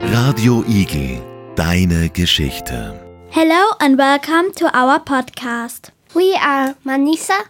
Radio Igel, deine Geschichte. Hello and welcome to our podcast. We are Manisa,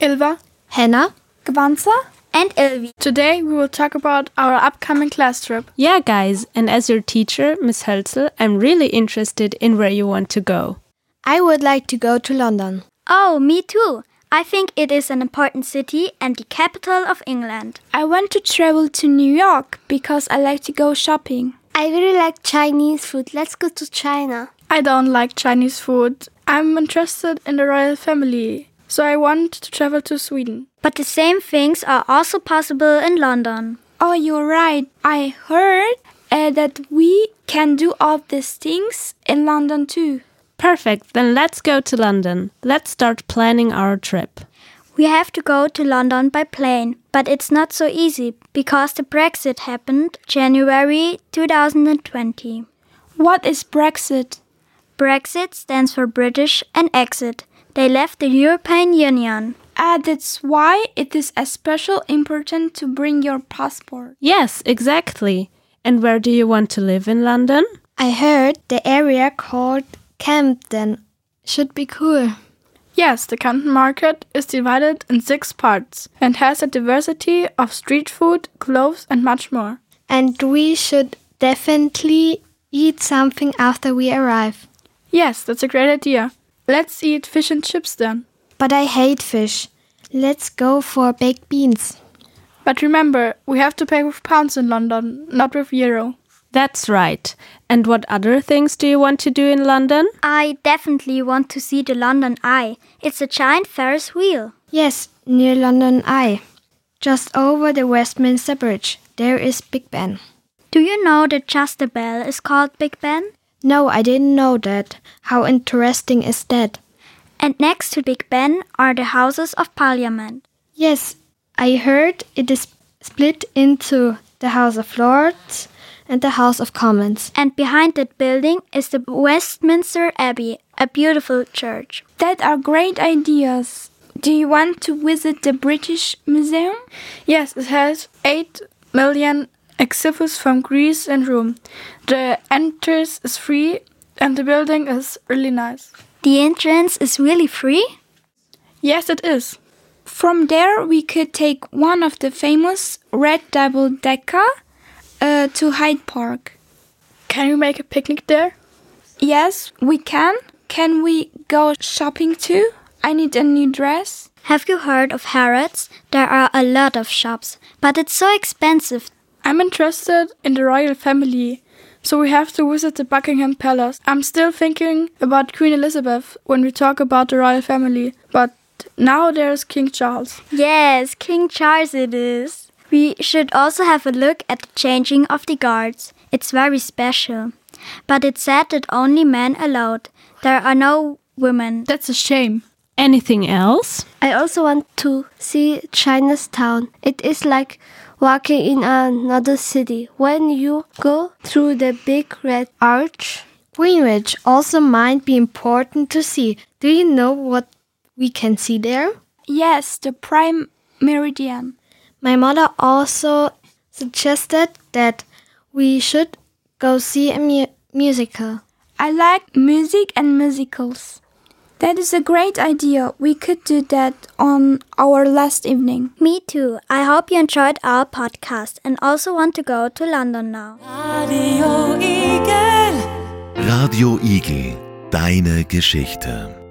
Ilva, Hannah, Gavanza. And Ilvi. Today we will talk about our upcoming class trip. Yeah, guys, and as your teacher, Miss Hölzel, I'm really interested in where you want to go. I would like to go to London. Oh, me too. I think it is an important city and the capital of England. I want to travel to New York because I like to go shopping. I really like Chinese food. Let's go to China. I don't like Chinese food. I'm interested in the royal family, so I want to travel to Sweden. But the same things are also possible in London. Oh, you're right. I heard uh, that we can do all these things in London too. Perfect, then let's go to London. Let's start planning our trip. We have to go to London by plane, but it's not so easy because the Brexit happened January 2020. What is Brexit? Brexit stands for British and exit. They left the European Union. Ah, that's why it is especially important to bring your passport. Yes, exactly. And where do you want to live in London? I heard the area called Camden should be cool. Yes, the Camden Market is divided in six parts and has a diversity of street food, clothes, and much more. And we should definitely eat something after we arrive. Yes, that's a great idea. Let's eat fish and chips then. But I hate fish. Let's go for baked beans. But remember, we have to pay with pounds in London, not with euro. That's right. And what other things do you want to do in London? I definitely want to see the London Eye. It's a giant Ferris wheel. Yes, near London Eye. Just over the Westminster Bridge, there is Big Ben. Do you know that Just a Bell is called Big Ben? No, I didn't know that. How interesting is that? And next to Big Ben are the Houses of Parliament. Yes, I heard it is split into the House of Lords and the House of Commons. And behind that building is the Westminster Abbey, a beautiful church. That are great ideas. Do you want to visit the British Museum? Yes, it has 8 million exhibits from Greece and Rome. The entrance is free and the building is really nice. The entrance is really free? Yes, it is. From there, we could take one of the famous red double decker uh, to Hyde Park. Can we make a picnic there? Yes, we can. Can we go shopping too? I need a new dress. Have you heard of Harrods? There are a lot of shops, but it's so expensive. I'm interested in the royal family, so we have to visit the Buckingham Palace. I'm still thinking about Queen Elizabeth when we talk about the royal family, but now there's King Charles. Yes, King Charles it is. We should also have a look at the changing of the guards. It's very special. But it's said that only men allowed. There are no women. That's a shame. Anything else? I also want to see Chinatown. It is like walking in another city. When you go through the big red arch, Greenwich also might be important to see. Do you know what we can see there? Yes, the prime meridian. My mother also suggested that we should go see a mu- musical. I like music and musicals. That is a great idea. We could do that on our last evening. Me too. I hope you enjoyed our podcast and also want to go to London now. Radio Igel, deine Geschichte.